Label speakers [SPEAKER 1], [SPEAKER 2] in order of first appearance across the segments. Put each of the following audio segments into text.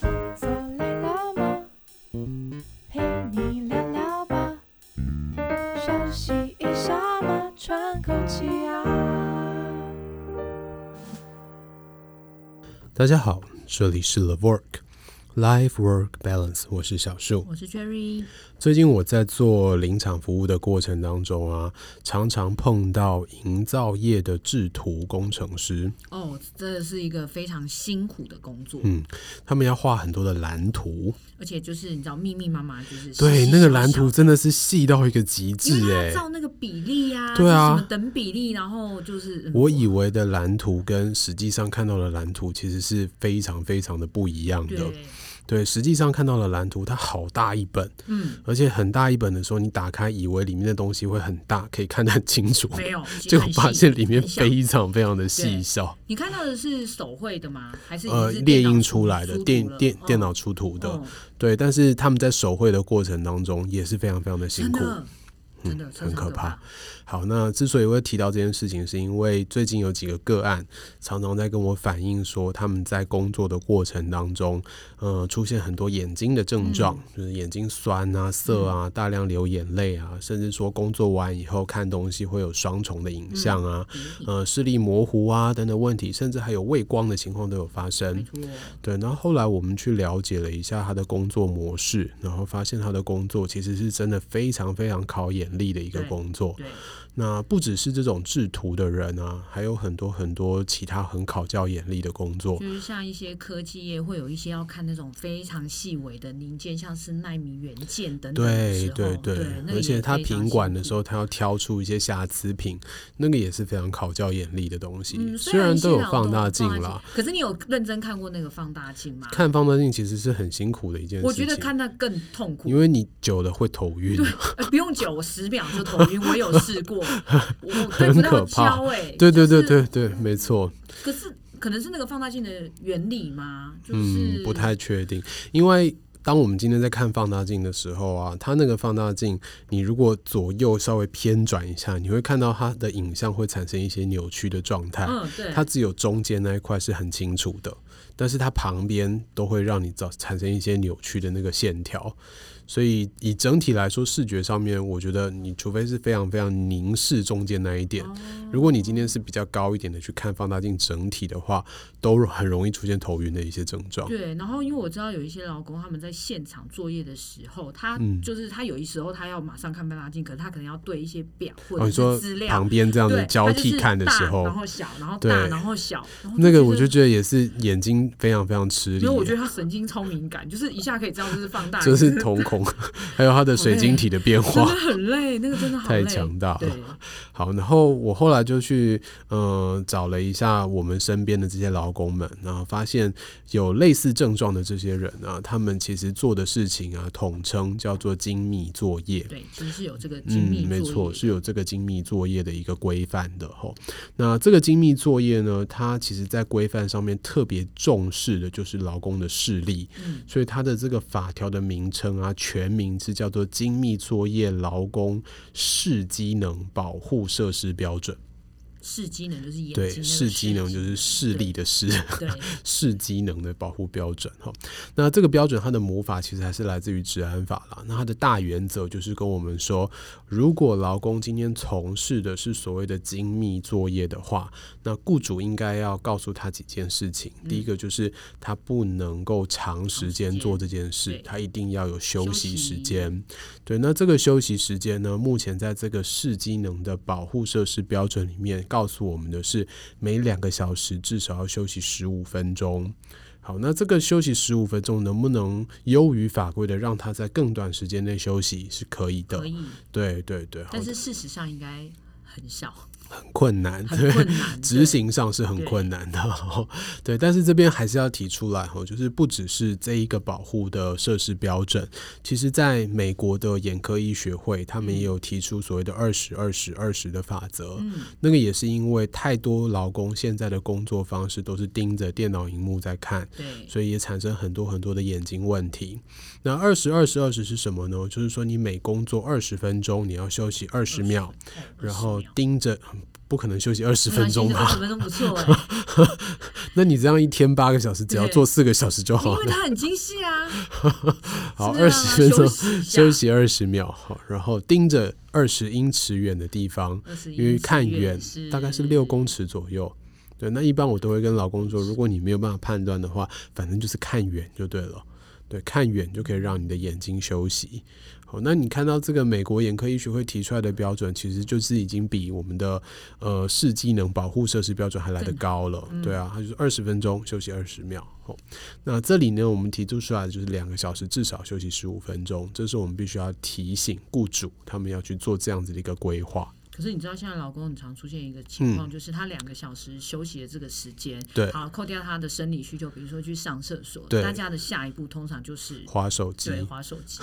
[SPEAKER 1] 坐累了吗？陪你聊聊吧，休息一下嘛，喘口气啊。
[SPEAKER 2] 大家好，这里是 The Work Life Work Balance，我是小树。
[SPEAKER 3] 我是 Jerry，
[SPEAKER 2] 最近我在做临场服务的过程当中啊，常常碰到营造业的制图工程师，
[SPEAKER 3] 哦，这是一个非常辛苦的工作，
[SPEAKER 2] 嗯，他们要画很多的蓝图，
[SPEAKER 3] 而且就是你知道密密麻麻，就是细
[SPEAKER 2] 对，
[SPEAKER 3] 细
[SPEAKER 2] 那个
[SPEAKER 3] 小
[SPEAKER 2] 蓝
[SPEAKER 3] 小
[SPEAKER 2] 图，真的是细到一个极致
[SPEAKER 3] 因为它
[SPEAKER 2] 哎、
[SPEAKER 3] 要照那个比例呀、
[SPEAKER 2] 对啊
[SPEAKER 3] 就是什么等比例，然后就是嗯
[SPEAKER 2] 我以为的蓝图跟实际上看到的蓝图其实是非常非常的不一样的。
[SPEAKER 3] 对，
[SPEAKER 2] 对，实际上看到的蓝图它好大一本，
[SPEAKER 3] 嗯，
[SPEAKER 2] 而且很大一本的时候，你打开以为里面的东西会很大，可以看得很清楚，
[SPEAKER 3] 没有，
[SPEAKER 2] 结果
[SPEAKER 3] 很细
[SPEAKER 2] 发现里面
[SPEAKER 3] 很小
[SPEAKER 2] 非常非常的细
[SPEAKER 3] 对
[SPEAKER 2] 小，
[SPEAKER 3] 你看到的是手绘的吗？还是已经
[SPEAKER 2] 呃，
[SPEAKER 3] 是
[SPEAKER 2] 列
[SPEAKER 3] 电脑
[SPEAKER 2] 印
[SPEAKER 3] 出
[SPEAKER 2] 出来的
[SPEAKER 3] 出
[SPEAKER 2] 电
[SPEAKER 3] 图了
[SPEAKER 2] 电
[SPEAKER 3] 哦
[SPEAKER 2] 电脑出图的，
[SPEAKER 3] 哦
[SPEAKER 2] 对。但是他们在手绘的过程当中也是非常非常的辛
[SPEAKER 3] 真
[SPEAKER 2] 苦。嗯
[SPEAKER 3] 的真的
[SPEAKER 2] 很
[SPEAKER 3] 非常
[SPEAKER 2] 可
[SPEAKER 3] 可
[SPEAKER 2] 怕。好，那之所以会提到这件事情，是因为最近有几个个案常常在跟我反映说，他们在工作的过程当中，呃，出现很多眼睛的症状，就是眼睛酸啊、涩啊、大量流眼泪啊，甚至说工作完以后看东西会有双重的影像啊，
[SPEAKER 3] 嗯
[SPEAKER 2] 呃，视力模糊啊等等问题，甚至还有畏光的情况都有发生
[SPEAKER 3] 没。错，
[SPEAKER 2] 对，然后后来我们去了解了一下他的工作模式，然后发现他的工作其实是真的非常非常考眼力的一个
[SPEAKER 3] 对
[SPEAKER 2] 工作。
[SPEAKER 3] 对，
[SPEAKER 2] 那不只是这种制图的人啊，还有很多很多其他很考教眼力的工作。
[SPEAKER 3] 就是像一些科技业会有一些要看那种非常细微的零件，像是纳米元件等等的
[SPEAKER 2] 对
[SPEAKER 3] 时候，
[SPEAKER 2] 对
[SPEAKER 3] 对，那
[SPEAKER 2] 而
[SPEAKER 3] 个
[SPEAKER 2] 且
[SPEAKER 3] 也
[SPEAKER 2] 他
[SPEAKER 3] 非常
[SPEAKER 2] 品管的
[SPEAKER 3] 辛
[SPEAKER 2] 时候，他要挑出一些瑕疵品，那个也是非常考教眼力的东西。
[SPEAKER 3] 嗯，
[SPEAKER 2] 虽然
[SPEAKER 3] 一些
[SPEAKER 2] 都有
[SPEAKER 3] 劳
[SPEAKER 2] 放
[SPEAKER 3] 动
[SPEAKER 2] 大镜啦
[SPEAKER 3] 啦，，可是你有认真看过那个放大镜吗？
[SPEAKER 2] 看放大镜其实是很辛苦的一件事情。
[SPEAKER 3] 我觉得看那更痛苦，
[SPEAKER 2] 因为你久了会头晕。
[SPEAKER 3] 呃不用久，我十秒就头晕，我有 试过，我对
[SPEAKER 2] 很
[SPEAKER 3] 不
[SPEAKER 2] 可
[SPEAKER 3] 到
[SPEAKER 2] 怕
[SPEAKER 3] 焦哎，
[SPEAKER 2] 对对对
[SPEAKER 3] 就是，
[SPEAKER 2] 对对，没错。
[SPEAKER 3] 可是可能是那个放大镜的原理吗？就是、
[SPEAKER 2] 嗯，不太确定，因为当我们今天在看放大镜的时候啊，它那个放大镜，你如果左右稍微偏转一下，你会看到它的影像会产生一些扭曲的状态。
[SPEAKER 3] 嗯对，
[SPEAKER 2] 它只有中间那一块是很清楚的，但是它旁边都会让你造产生一些扭曲的那个线条。所以以整体来说，视觉上面，我觉得你除非是非常非常凝视中间那一点，
[SPEAKER 3] 哦
[SPEAKER 2] 如果你今天是比较高一点的去看放大镜整体的话，都很容易出现头晕的一些症状。
[SPEAKER 3] 对，然后因为我知道有一些劳工他们在现场作业的时候，他
[SPEAKER 2] 嗯
[SPEAKER 3] 就是他有一时候他要马上看放大镜，可是他可能要对一些表或
[SPEAKER 2] 哦，
[SPEAKER 3] 者
[SPEAKER 2] 你说
[SPEAKER 3] 是资料。
[SPEAKER 2] 旁边这样
[SPEAKER 3] 对，
[SPEAKER 2] 子交
[SPEAKER 3] 他就
[SPEAKER 2] 替
[SPEAKER 3] 是
[SPEAKER 2] 看的时
[SPEAKER 3] 大
[SPEAKER 2] 候
[SPEAKER 3] 然，后小，然后
[SPEAKER 2] 对
[SPEAKER 3] 大，然后小，然后
[SPEAKER 2] 那个我
[SPEAKER 3] 觉
[SPEAKER 2] 就
[SPEAKER 3] 得
[SPEAKER 2] 觉得也是眼睛非常非常吃
[SPEAKER 3] 因
[SPEAKER 2] 力
[SPEAKER 3] 为我觉
[SPEAKER 2] 耶，
[SPEAKER 3] 得他神经超敏感，就是一下可以知道就是放大，
[SPEAKER 2] 就是
[SPEAKER 3] 真
[SPEAKER 2] 瞳孔，还有它的水晶体的变
[SPEAKER 3] 的
[SPEAKER 2] 化。
[SPEAKER 3] 很累，那个真的好
[SPEAKER 2] 太
[SPEAKER 3] 累，
[SPEAKER 2] 强大了
[SPEAKER 3] 对，
[SPEAKER 2] 好，然后我后来就去呃找了一下我们身边的这些劳工们，然后发现有类似症状的这些人啊，他们其实做的事情啊，统称叫做精密作业。
[SPEAKER 3] 对，其实是有这个精密
[SPEAKER 2] 嗯，
[SPEAKER 3] 作
[SPEAKER 2] 没
[SPEAKER 3] 业，
[SPEAKER 2] 错，是有这个精密作业的一个规范的吼。那这个精密作业呢，它其实在规范上面特别重视的就是劳工的视力，
[SPEAKER 3] 嗯
[SPEAKER 2] 所以它的这个法条的名称啊，全名是叫做《精密作业劳工视机能保护设施标准》。
[SPEAKER 3] 视机能就是眼睛，
[SPEAKER 2] 对，视机能就是视力
[SPEAKER 3] 的，
[SPEAKER 2] 的视。
[SPEAKER 3] 对，
[SPEAKER 2] 视机能的保护标准哈。那这个标准它的母法其实还是来自于治安法啦。那它的大原则就是跟我们说，如果劳工今天从事的是所谓的精密作业的话，那雇主应该要告诉他几件事情。
[SPEAKER 3] 嗯
[SPEAKER 2] 第一个就是他不能够长时间做这件
[SPEAKER 3] 长时
[SPEAKER 2] 事
[SPEAKER 3] 间，对
[SPEAKER 2] 他一定要有休息时
[SPEAKER 3] 休息
[SPEAKER 2] 间。对，那这个休息时间呢，目前在这个视机能的保护设施标准里面告诉我们的是，每两个小时至少要休息十五分钟。好，那这个休息十五分钟能不能优于法规的让他在更短时间内休息是可以的
[SPEAKER 3] 可，以，
[SPEAKER 2] 对对对，好
[SPEAKER 3] 但是事实上应该很 少，
[SPEAKER 2] 很困难，
[SPEAKER 3] 很困难，
[SPEAKER 2] 执
[SPEAKER 3] 对
[SPEAKER 2] 行上是很困难的， 对。但是这边还是要提出来哦，就是不只是这一个保护的设施标准，其实在美国的眼科医学会，他们也有提出所谓的二十二十二十的法则。那个也是因为太多劳工现在的工作方式都是盯着电脑荧幕在看，
[SPEAKER 3] 对，
[SPEAKER 2] 所以也产生很多很多的眼睛问题。那二十二十二十是什么呢？就是说你每工作二十分钟，你要休息二十秒，
[SPEAKER 3] 嗯
[SPEAKER 2] 然后盯着，不可能休息二十分钟吧？
[SPEAKER 3] 二十分钟不错哎、
[SPEAKER 2] 那你这样一天八个小时，只要
[SPEAKER 3] 对
[SPEAKER 2] 做四个小时就 好
[SPEAKER 3] 嗯因为
[SPEAKER 2] 了。
[SPEAKER 3] 他很精细啊。
[SPEAKER 2] 好，
[SPEAKER 3] 是不
[SPEAKER 2] 二
[SPEAKER 3] 是
[SPEAKER 2] 十分
[SPEAKER 3] 让他
[SPEAKER 2] 钟
[SPEAKER 3] 休息一下
[SPEAKER 2] 休息二十秒，好，然后盯着二十英尺远的地方，
[SPEAKER 3] 21
[SPEAKER 2] 因为看远
[SPEAKER 3] 是
[SPEAKER 2] 大概是六公尺左右。对，那一般我都会跟老公说，如果你没有办法判断的话，反正就是看远就对了。对，看远就可以让你的眼睛休息。好，那你看到这个美国眼科医学会提出来的标准，其实就是已经比我们的呃视机能保护设施标准还来得高了。对啊，它就是二十分钟休息二十秒。好，那这里呢，我们提出出来的就是两个小时至少休息十五分钟，这是我们必须要提醒雇主他们要去做这样子的一个规划。
[SPEAKER 3] 可是你知道现在老公很常出现一个情况，就是他两个小时休息的这个时间，
[SPEAKER 2] 嗯对
[SPEAKER 3] 好扣掉他的生理需求，比如说去上厕所，
[SPEAKER 2] 对
[SPEAKER 3] 大家的下一步通常就是
[SPEAKER 2] 划手机，
[SPEAKER 3] 对划手机，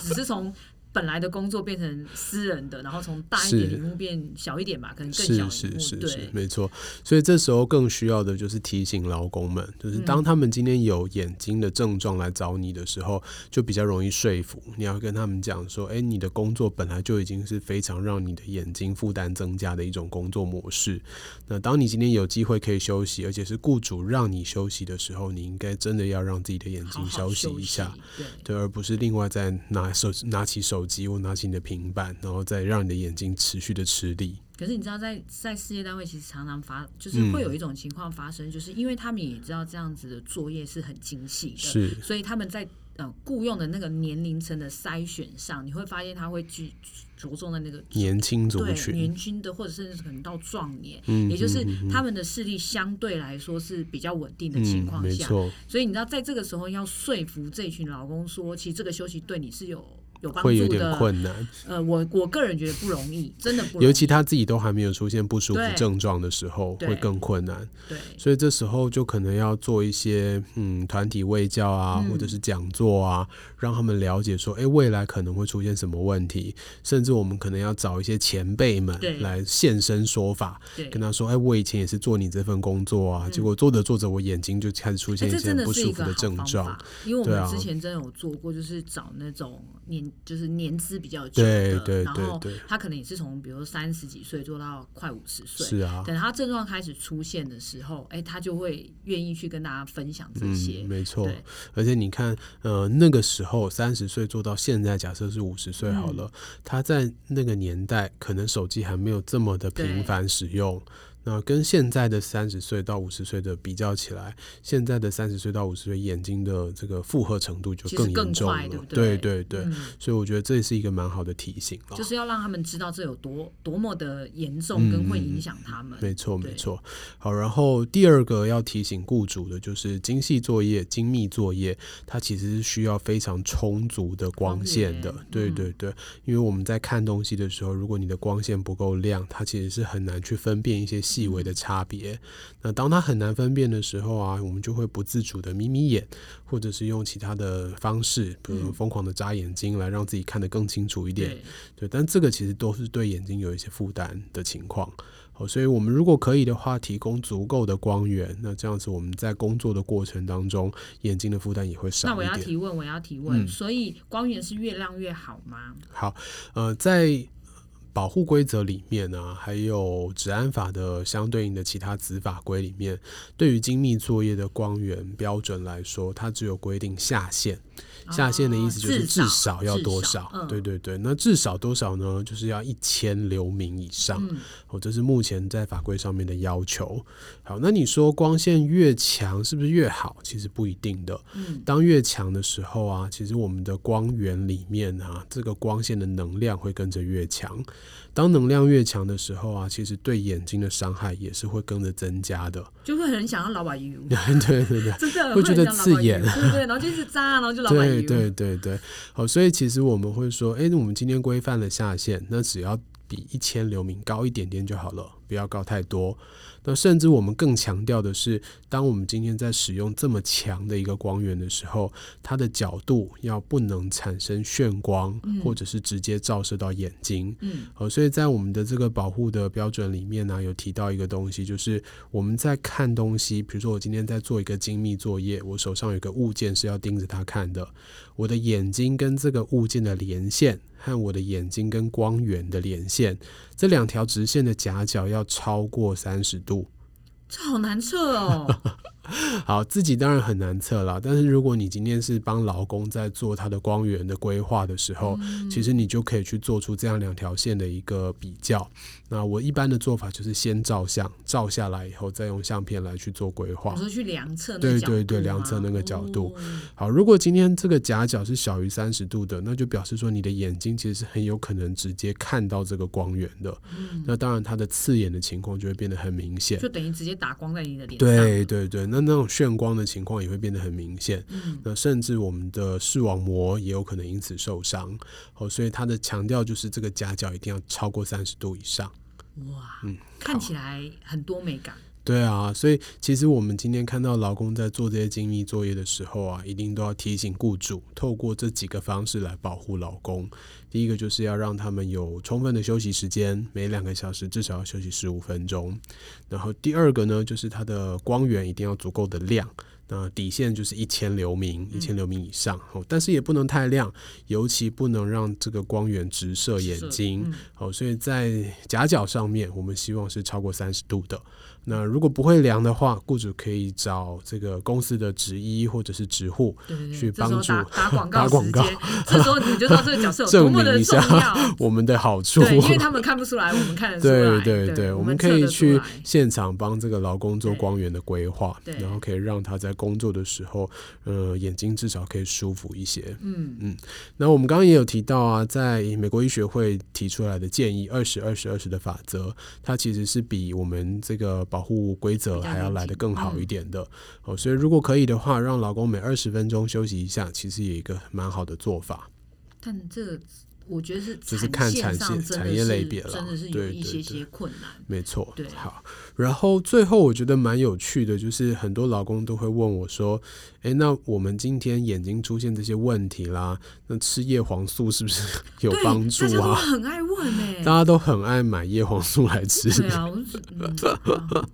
[SPEAKER 3] 只是从。本来的工作变成私人的，然后从大一
[SPEAKER 2] 是
[SPEAKER 3] 点荧幕变小一点吧，可能更
[SPEAKER 2] 是
[SPEAKER 3] 小荧
[SPEAKER 2] 是
[SPEAKER 3] 幕。
[SPEAKER 2] 是是
[SPEAKER 3] 对，，
[SPEAKER 2] 没错。所以这时候更需要的就是提醒劳工们，就是当
[SPEAKER 3] 嗯
[SPEAKER 2] 他们今天有眼睛的症状来找你的时候，就比较容易说服。你要跟他们讲说，哎、你的工作本来就已经是非常让你的眼睛负担增加的一种工作模式。那当你今天有机会可以休息，而且是雇主让你休息的时候，你应该真的要让自己的眼
[SPEAKER 3] 好
[SPEAKER 2] 睛
[SPEAKER 3] 好
[SPEAKER 2] 休息
[SPEAKER 3] 休
[SPEAKER 2] 一下。
[SPEAKER 3] 对，
[SPEAKER 2] 对，而不是另外再拿手拿起手机或拿起你的平板，然后再让你的眼睛持续的吃力。
[SPEAKER 3] 可是你知道在，在事业单位其实常常发，就是
[SPEAKER 2] 嗯
[SPEAKER 3] 会有一种情况发生，就是因为他们也知道这样子的作业是很精细的，
[SPEAKER 2] 是
[SPEAKER 3] 所以他们在呃雇佣的那个年龄层的筛选上，你会发现他会聚着重在那个
[SPEAKER 2] 年轻族
[SPEAKER 3] 对
[SPEAKER 2] 群，
[SPEAKER 3] 年轻的，或者甚至可能到壮年，
[SPEAKER 2] 嗯
[SPEAKER 3] 也就是
[SPEAKER 2] 嗯嗯
[SPEAKER 3] 他们的视力相对来说是比较稳定的情
[SPEAKER 2] 嗯，
[SPEAKER 3] 况
[SPEAKER 2] 没
[SPEAKER 3] 下，
[SPEAKER 2] 错，
[SPEAKER 3] 所以你知道在这个时候要说服这群老公说，其实这个休息对你是有有帮
[SPEAKER 2] 会有
[SPEAKER 3] 助
[SPEAKER 2] 点
[SPEAKER 3] 的，
[SPEAKER 2] 困难，
[SPEAKER 3] 呃，我我个人觉得不容易，真的不容易，
[SPEAKER 2] 尤其他自己都还没有出现不舒服
[SPEAKER 3] 对
[SPEAKER 2] 症状的时候，
[SPEAKER 3] 对
[SPEAKER 2] 会更困难。
[SPEAKER 3] 对。
[SPEAKER 2] 所以这时候就可能要做一些嗯团体卫教啊，
[SPEAKER 3] 嗯
[SPEAKER 2] 或者是讲座啊，让他们了解说，哎、未来可能会出现什么问题，甚至我们可能要找一些前辈们
[SPEAKER 3] 对
[SPEAKER 2] 来现身说法，
[SPEAKER 3] 对
[SPEAKER 2] 跟他说，哎、我以前也是做你这份工作啊，结果做着做着我眼睛就开始出
[SPEAKER 3] 哎
[SPEAKER 2] 现
[SPEAKER 3] 这
[SPEAKER 2] 些
[SPEAKER 3] 真的
[SPEAKER 2] 不
[SPEAKER 3] 是
[SPEAKER 2] 舒
[SPEAKER 3] 一
[SPEAKER 2] 服
[SPEAKER 3] 个好
[SPEAKER 2] 症
[SPEAKER 3] 方
[SPEAKER 2] 状
[SPEAKER 3] 法，，因为我
[SPEAKER 2] 对
[SPEAKER 3] 们
[SPEAKER 2] 啊
[SPEAKER 3] 之前真的有做过，就是找那种年就是年资比较久
[SPEAKER 2] 对
[SPEAKER 3] 的，
[SPEAKER 2] 对
[SPEAKER 3] 然
[SPEAKER 2] 对
[SPEAKER 3] 后
[SPEAKER 2] 对
[SPEAKER 3] 他可能也是从比如说三十几岁做到快五十岁，
[SPEAKER 2] 是啊，
[SPEAKER 3] 等他症状开始出现的时候，哎，他就会愿意去跟大家分享这些。
[SPEAKER 2] 嗯、没错
[SPEAKER 3] 对，
[SPEAKER 2] 而且你看，呃，那个时候三十岁做到现在，假设是五十岁好
[SPEAKER 3] 嗯
[SPEAKER 2] 了，他在那个年代可能手机还没有这么的频繁使用。那跟现在的三十岁到五十岁的比较起来，现在的三十岁到五十岁眼睛的这个负荷程度就
[SPEAKER 3] 其实更
[SPEAKER 2] 严重
[SPEAKER 3] 快
[SPEAKER 2] 了，
[SPEAKER 3] 对不
[SPEAKER 2] 对对
[SPEAKER 3] 对
[SPEAKER 2] 对
[SPEAKER 3] 嗯
[SPEAKER 2] 所以我觉得这是一个蛮好的提醒了。
[SPEAKER 3] 就是要让他们知道这有多多么的严
[SPEAKER 2] 嗯
[SPEAKER 3] 重，跟会影响他们。
[SPEAKER 2] 没错，
[SPEAKER 3] 对
[SPEAKER 2] 没错。好，然后第二个要提醒雇主的就是精细作业、精密作业，它其实是需要非常充足的光线的
[SPEAKER 3] 光源。
[SPEAKER 2] 对
[SPEAKER 3] 嗯
[SPEAKER 2] 对对，因为我们在看东西的时候，如果你的光线不够亮，它其实是很难去分辨一些细微的差
[SPEAKER 3] 嗯
[SPEAKER 2] 别。那当它很难分辨的时候啊，我们就会不自主的眯眯眼，或者是用其他的方式，比如
[SPEAKER 3] 嗯
[SPEAKER 2] 疯狂的眨眼睛来让自己看得更清楚一点。
[SPEAKER 3] 对，
[SPEAKER 2] 对，但这个其实都是对眼睛有一些负担的情况。好，所以我们如果可以的话，提供足够的光源，那这样子我们在工作的过程当中，眼睛的负担也会
[SPEAKER 3] 那
[SPEAKER 2] 少
[SPEAKER 3] 我
[SPEAKER 2] 一
[SPEAKER 3] 要
[SPEAKER 2] 点。
[SPEAKER 3] 提问，我要提问，
[SPEAKER 2] 嗯
[SPEAKER 3] 所以光源是越亮越好吗？
[SPEAKER 2] 好，呃，在保护规则里面呢、还有治安法的相对应的其他子法规里面，对于精密作业的光源标准来说，它只有规定下限。下限的意思就是
[SPEAKER 3] 哦
[SPEAKER 2] 至
[SPEAKER 3] 至
[SPEAKER 2] 少要多
[SPEAKER 3] 至
[SPEAKER 2] 少
[SPEAKER 3] 少？嗯
[SPEAKER 2] 对对对，那至少多少呢？就是要一千流明以上。
[SPEAKER 3] 嗯，
[SPEAKER 2] 哦，这是目前在法规上面的要求。好，那你说光线越强是不是越好？其实不一定的。
[SPEAKER 3] 嗯
[SPEAKER 2] 当越强的时候啊，其实我们的光源里面啊，这个光线的能量会跟着越强。当能量越强的时候啊，其实对眼睛的伤害也是会跟着增加的。
[SPEAKER 3] 就会很想要老板油，
[SPEAKER 2] 对对对。
[SPEAKER 3] 真的
[SPEAKER 2] 会觉得
[SPEAKER 3] 很想老板油
[SPEAKER 2] 刺眼
[SPEAKER 3] 对不对？然后就一直扎，然后就老板
[SPEAKER 2] 对
[SPEAKER 3] 油，
[SPEAKER 2] 对对对，好，所以其实我们会说，哎，那我们今天规范了下限，那只要比一千流明高一点点就好了，不要高太多。那甚至我们更强调的是，当我们今天在使用这么强的一个光源的时候，它的角度要不能产生眩光，或者是直接照射到眼睛。
[SPEAKER 3] 嗯，
[SPEAKER 2] 好，所以在我们的这个保护的标准里面呢、有提到一个东西，就是我们在看东西，比如说我今天在做一个精密作业，我手上有一个物件是要盯着它看的，我的眼睛跟这个物件的连线和我的眼睛跟光源的连线，这两条直线的夹角要超过三十度。
[SPEAKER 3] 这好难测 哦。
[SPEAKER 2] 好，自己当然很难测啦，但是如果你今天是帮劳工在做他的光源的规划的时候，其实你就可以去做出这样两条线的一个比较。那我一般的做法就是先照相，照下来以后再用相片来去做规划
[SPEAKER 3] 我。说去量测那
[SPEAKER 2] 对
[SPEAKER 3] 角
[SPEAKER 2] 对对
[SPEAKER 3] 度啊
[SPEAKER 2] 量
[SPEAKER 3] 吗
[SPEAKER 2] 测那个角度
[SPEAKER 3] 哦
[SPEAKER 2] 好，如果今天这个夹角是小于三十度的，那就表示说你的眼睛其实是很有可能直接看到这个光源的。那当然，它的刺眼的情况就会变得很明显。
[SPEAKER 3] 嗯就等于直接打光在你的脸上。
[SPEAKER 2] 对对对，那那种眩光的情况也会变得很明显。
[SPEAKER 3] 嗯
[SPEAKER 2] 那甚至我们的视网膜也有可能因此受伤。哦，所以它的强调就是这个夹角一定要超过三十度以上。
[SPEAKER 3] 哇，
[SPEAKER 2] 嗯
[SPEAKER 3] 看起来很多美感。
[SPEAKER 2] 对啊，所以其实我们今天看到劳工在做这些精密作业的时候啊，一定都要提醒雇主，透过这几个方式来保护劳工。第一个就是要让他们有充分的休息时间，每两个小时至少要休息十五分钟。然后第二个呢，就是它的光源一定要足够的亮。那底线就是一千流明，一千流明以
[SPEAKER 3] 嗯
[SPEAKER 2] 上、哦，但是也不能太亮，尤其不能让这个光源直射眼
[SPEAKER 3] 是
[SPEAKER 2] 睛。
[SPEAKER 3] 嗯
[SPEAKER 2] 好，所以在夹角上面，我们希望是超过三十度的。那如果不会量的话，雇主可以找这个公司的职医或者是职护，
[SPEAKER 3] 对对
[SPEAKER 2] 去
[SPEAKER 3] 对，这时候
[SPEAKER 2] 帮助
[SPEAKER 3] 打打广
[SPEAKER 2] 打
[SPEAKER 3] 告
[SPEAKER 2] 广
[SPEAKER 3] 时
[SPEAKER 2] 告
[SPEAKER 3] 间，这时候你就知道这个角色有多
[SPEAKER 2] 证
[SPEAKER 3] 么的
[SPEAKER 2] 明一
[SPEAKER 3] 重
[SPEAKER 2] 下。
[SPEAKER 3] 要
[SPEAKER 2] 我们的好处。
[SPEAKER 3] 对，因为他们看不出来，我们看得出
[SPEAKER 2] 对
[SPEAKER 3] 来。
[SPEAKER 2] 对
[SPEAKER 3] 对
[SPEAKER 2] 对，
[SPEAKER 3] 我
[SPEAKER 2] 我
[SPEAKER 3] 们
[SPEAKER 2] 们可
[SPEAKER 3] 测
[SPEAKER 2] 以
[SPEAKER 3] 得出
[SPEAKER 2] 去
[SPEAKER 3] 来
[SPEAKER 2] 现场帮这个劳工做
[SPEAKER 3] 对
[SPEAKER 2] 光源的规划
[SPEAKER 3] 对，
[SPEAKER 2] 然后可以让他在工作的时候，呃，眼睛至少可以舒服一些。
[SPEAKER 3] 嗯
[SPEAKER 2] 那我们刚刚也有提到啊，在美国医学会提出来的建议二十二十二十的法则，它其实是比我们这个保护规则还要来得更
[SPEAKER 3] 嗯
[SPEAKER 2] 好一点的、哦。所以如果可以的话，让老公每二十分钟休息一下，其实也一个蛮好的做法。
[SPEAKER 3] 但这个我觉得是
[SPEAKER 2] 就是看
[SPEAKER 3] 产
[SPEAKER 2] 产
[SPEAKER 3] 上
[SPEAKER 2] 线
[SPEAKER 3] 真
[SPEAKER 2] 产
[SPEAKER 3] 的
[SPEAKER 2] 业类
[SPEAKER 3] 是
[SPEAKER 2] 别啦
[SPEAKER 3] 真的是有
[SPEAKER 2] 对对
[SPEAKER 3] 一些
[SPEAKER 2] 对
[SPEAKER 3] 些困难。
[SPEAKER 2] 没错，
[SPEAKER 3] 对
[SPEAKER 2] 好。然后最后我觉得蛮有趣的，就是很多老公都会问我说：“诶，那我们今天眼睛出现这些问题啦，那吃叶黄素是不是 有
[SPEAKER 3] 对，
[SPEAKER 2] 帮助
[SPEAKER 3] 大家 都
[SPEAKER 2] 啊？”
[SPEAKER 3] 很爱问哎、
[SPEAKER 2] 大家都很爱买叶黄素来吃，
[SPEAKER 3] 对啊，我就嗯，啊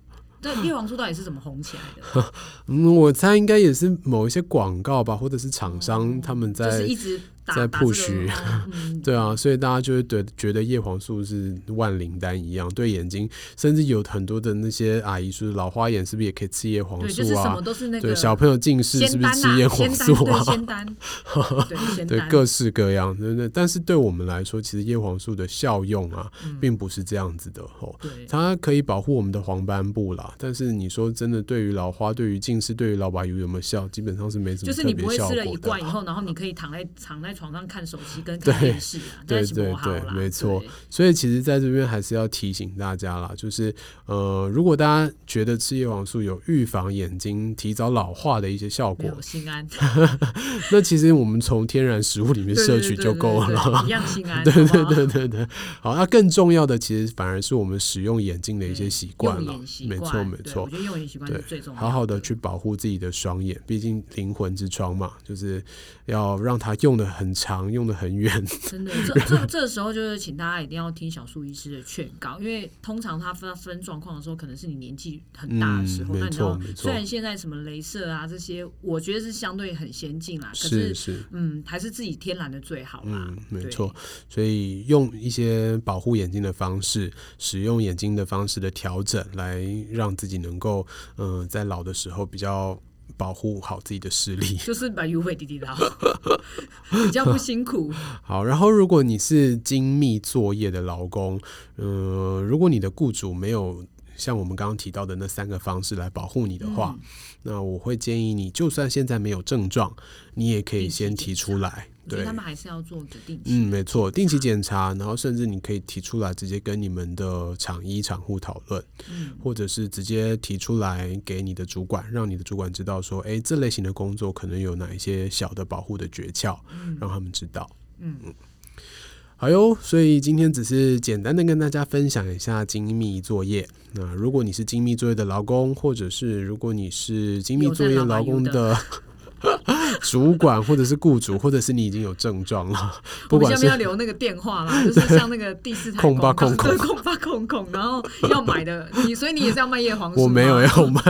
[SPEAKER 3] 这叶黄素到底是怎么红起来的？
[SPEAKER 2] 嗯，我猜应该也是某一些广告吧，或者是厂商他们
[SPEAKER 3] 哦就
[SPEAKER 2] 在、
[SPEAKER 3] 是一直打
[SPEAKER 2] 在
[SPEAKER 3] 打这个
[SPEAKER 2] push
[SPEAKER 3] 哦 嗯，
[SPEAKER 2] 对啊，所以大家就会对觉得叶黄素是万灵丹一样，对眼睛，甚至有很多的那些阿姨说老花眼是不是也可以吃叶黄
[SPEAKER 3] 对，
[SPEAKER 2] 素
[SPEAKER 3] 就是什
[SPEAKER 2] 啊
[SPEAKER 3] 么？都是那
[SPEAKER 2] 对，
[SPEAKER 3] 个
[SPEAKER 2] 小朋友近视是
[SPEAKER 3] 仙
[SPEAKER 2] 不是
[SPEAKER 3] 丹
[SPEAKER 2] 吃
[SPEAKER 3] 呐、
[SPEAKER 2] 叶黄
[SPEAKER 3] 仙丹
[SPEAKER 2] 素
[SPEAKER 3] 对，
[SPEAKER 2] 啊？
[SPEAKER 3] 仙丹，对，仙
[SPEAKER 2] 对，
[SPEAKER 3] 丹，
[SPEAKER 2] 各式各样，对不对？但是对我们来说，其实叶黄素的效用啊，
[SPEAKER 3] 嗯
[SPEAKER 2] 并不是这样子的哦。
[SPEAKER 3] 对，
[SPEAKER 2] 它可以保护我们的黄斑部啦，但是你说真的，对于老花、对于近视、对于老白油有没有效，基本上是没什
[SPEAKER 3] 就
[SPEAKER 2] 么
[SPEAKER 3] 是
[SPEAKER 2] 特
[SPEAKER 3] 你不
[SPEAKER 2] 别
[SPEAKER 3] 会
[SPEAKER 2] 效
[SPEAKER 3] 吃
[SPEAKER 2] 果
[SPEAKER 3] 了一
[SPEAKER 2] 的啊
[SPEAKER 3] 罐。以后，然后你可以躺在躺在床上看手 机跟看电视啊，
[SPEAKER 2] 对
[SPEAKER 3] 但是不
[SPEAKER 2] 对
[SPEAKER 3] 好
[SPEAKER 2] 对
[SPEAKER 3] 啦，
[SPEAKER 2] 没错
[SPEAKER 3] 对
[SPEAKER 2] 所以其实在这边还是要提醒大家啦，就是呃，如果大家觉得吃叶黄素有预防眼睛提早老化的一些效
[SPEAKER 3] 没
[SPEAKER 2] 果
[SPEAKER 3] 有，心安，
[SPEAKER 2] 那其实我们从天然食物里 面
[SPEAKER 3] 对
[SPEAKER 2] 摄取就够，
[SPEAKER 3] 对对对对
[SPEAKER 2] 了
[SPEAKER 3] 对。一样心 安，
[SPEAKER 2] 对对
[SPEAKER 3] 好不好
[SPEAKER 2] 对对对，好，那更重要的其实反而是我们使用眼镜的一些
[SPEAKER 3] 对
[SPEAKER 2] 习惯
[SPEAKER 3] 用
[SPEAKER 2] 了
[SPEAKER 3] 眼，习
[SPEAKER 2] 没错
[SPEAKER 3] 惯
[SPEAKER 2] 没
[SPEAKER 3] 对
[SPEAKER 2] 错
[SPEAKER 3] 我。觉得用眼习惯是
[SPEAKER 2] 对
[SPEAKER 3] 最重要
[SPEAKER 2] 好好的去保护自己的双眼，毕竟灵魂之窗嘛，就是要让它用的很长，用的很远。
[SPEAKER 3] 真的，这这这时候就是请大家一定要听小树医师的劝告，因为通常他分分状况的时候，可能是你年纪很大的时候。
[SPEAKER 2] 嗯
[SPEAKER 3] 那
[SPEAKER 2] 没
[SPEAKER 3] 你知
[SPEAKER 2] 错
[SPEAKER 3] 道
[SPEAKER 2] 没，错
[SPEAKER 3] 虽然现在什么镭射啊这些，我觉得是相对很先进啦，可
[SPEAKER 2] 是是，
[SPEAKER 3] 嗯，还是自己天然的最好啦。
[SPEAKER 2] 嗯，没
[SPEAKER 3] 对
[SPEAKER 2] 错。所以用一些保护眼睛的方式，使用眼睛的方式的调整，来让自己能够，嗯、在老的时候比较保护好自己的视力。
[SPEAKER 3] 就是把 U 费滴滴到， 比较不辛 苦。
[SPEAKER 2] 好，然后如果你是精密作业的劳工，呃，如果你的雇主没有像我们刚刚提到的那三个方式来保护你的话，
[SPEAKER 3] 嗯
[SPEAKER 2] 那我会建议你，就算现在没有症状，你也可以
[SPEAKER 3] 定期
[SPEAKER 2] 先
[SPEAKER 3] 检
[SPEAKER 2] 提出
[SPEAKER 3] 查
[SPEAKER 2] 来。
[SPEAKER 3] 我觉得
[SPEAKER 2] 对
[SPEAKER 3] 他，们还是要做指定期。
[SPEAKER 2] 嗯，没错，定期检查，然后甚至你可以提出来，直接跟你们的厂医、厂护讨论，
[SPEAKER 3] 嗯
[SPEAKER 2] 或者是直接提出来给你的主管，让你的主管知道说，诶，这类型的工作可能有哪一些小的保护的诀窍，让他们知道。
[SPEAKER 3] 嗯，
[SPEAKER 2] 好哟，所以今天只是简单的跟大家分享一下精密作业。那如果你是精密作业的劳工，或者是如果你是精密作业劳工的主管，或者是雇主，或者是你已经有症状了，不
[SPEAKER 3] 我们
[SPEAKER 2] 管
[SPEAKER 3] 下面要
[SPEAKER 2] 是
[SPEAKER 3] 留那个电话啦，就是像那个第四台
[SPEAKER 2] 空吧空
[SPEAKER 3] 广告
[SPEAKER 2] 空
[SPEAKER 3] 对空吧空空，然后要买的你，所以你也是要卖叶黄素吗？
[SPEAKER 2] 我没有要卖，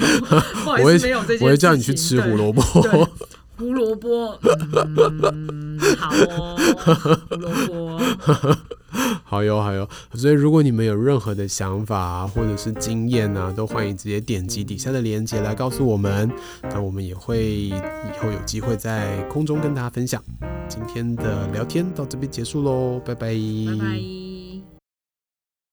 [SPEAKER 3] 不好
[SPEAKER 2] 我
[SPEAKER 3] 意
[SPEAKER 2] 会
[SPEAKER 3] 思，没有这件事情。
[SPEAKER 2] 我会叫你去吃胡萝卜。
[SPEAKER 3] 对。对胡萝卜，嗯，好哦，胡萝卜，
[SPEAKER 2] 好哟好哟，所以如果你们有任何的想法啊，或者是经验啊，都欢迎直接点击底下的链接来告诉我们，那我们也会以后有机会在空中跟大家分享。今天的聊天到这边结束喽，拜拜
[SPEAKER 3] 拜拜。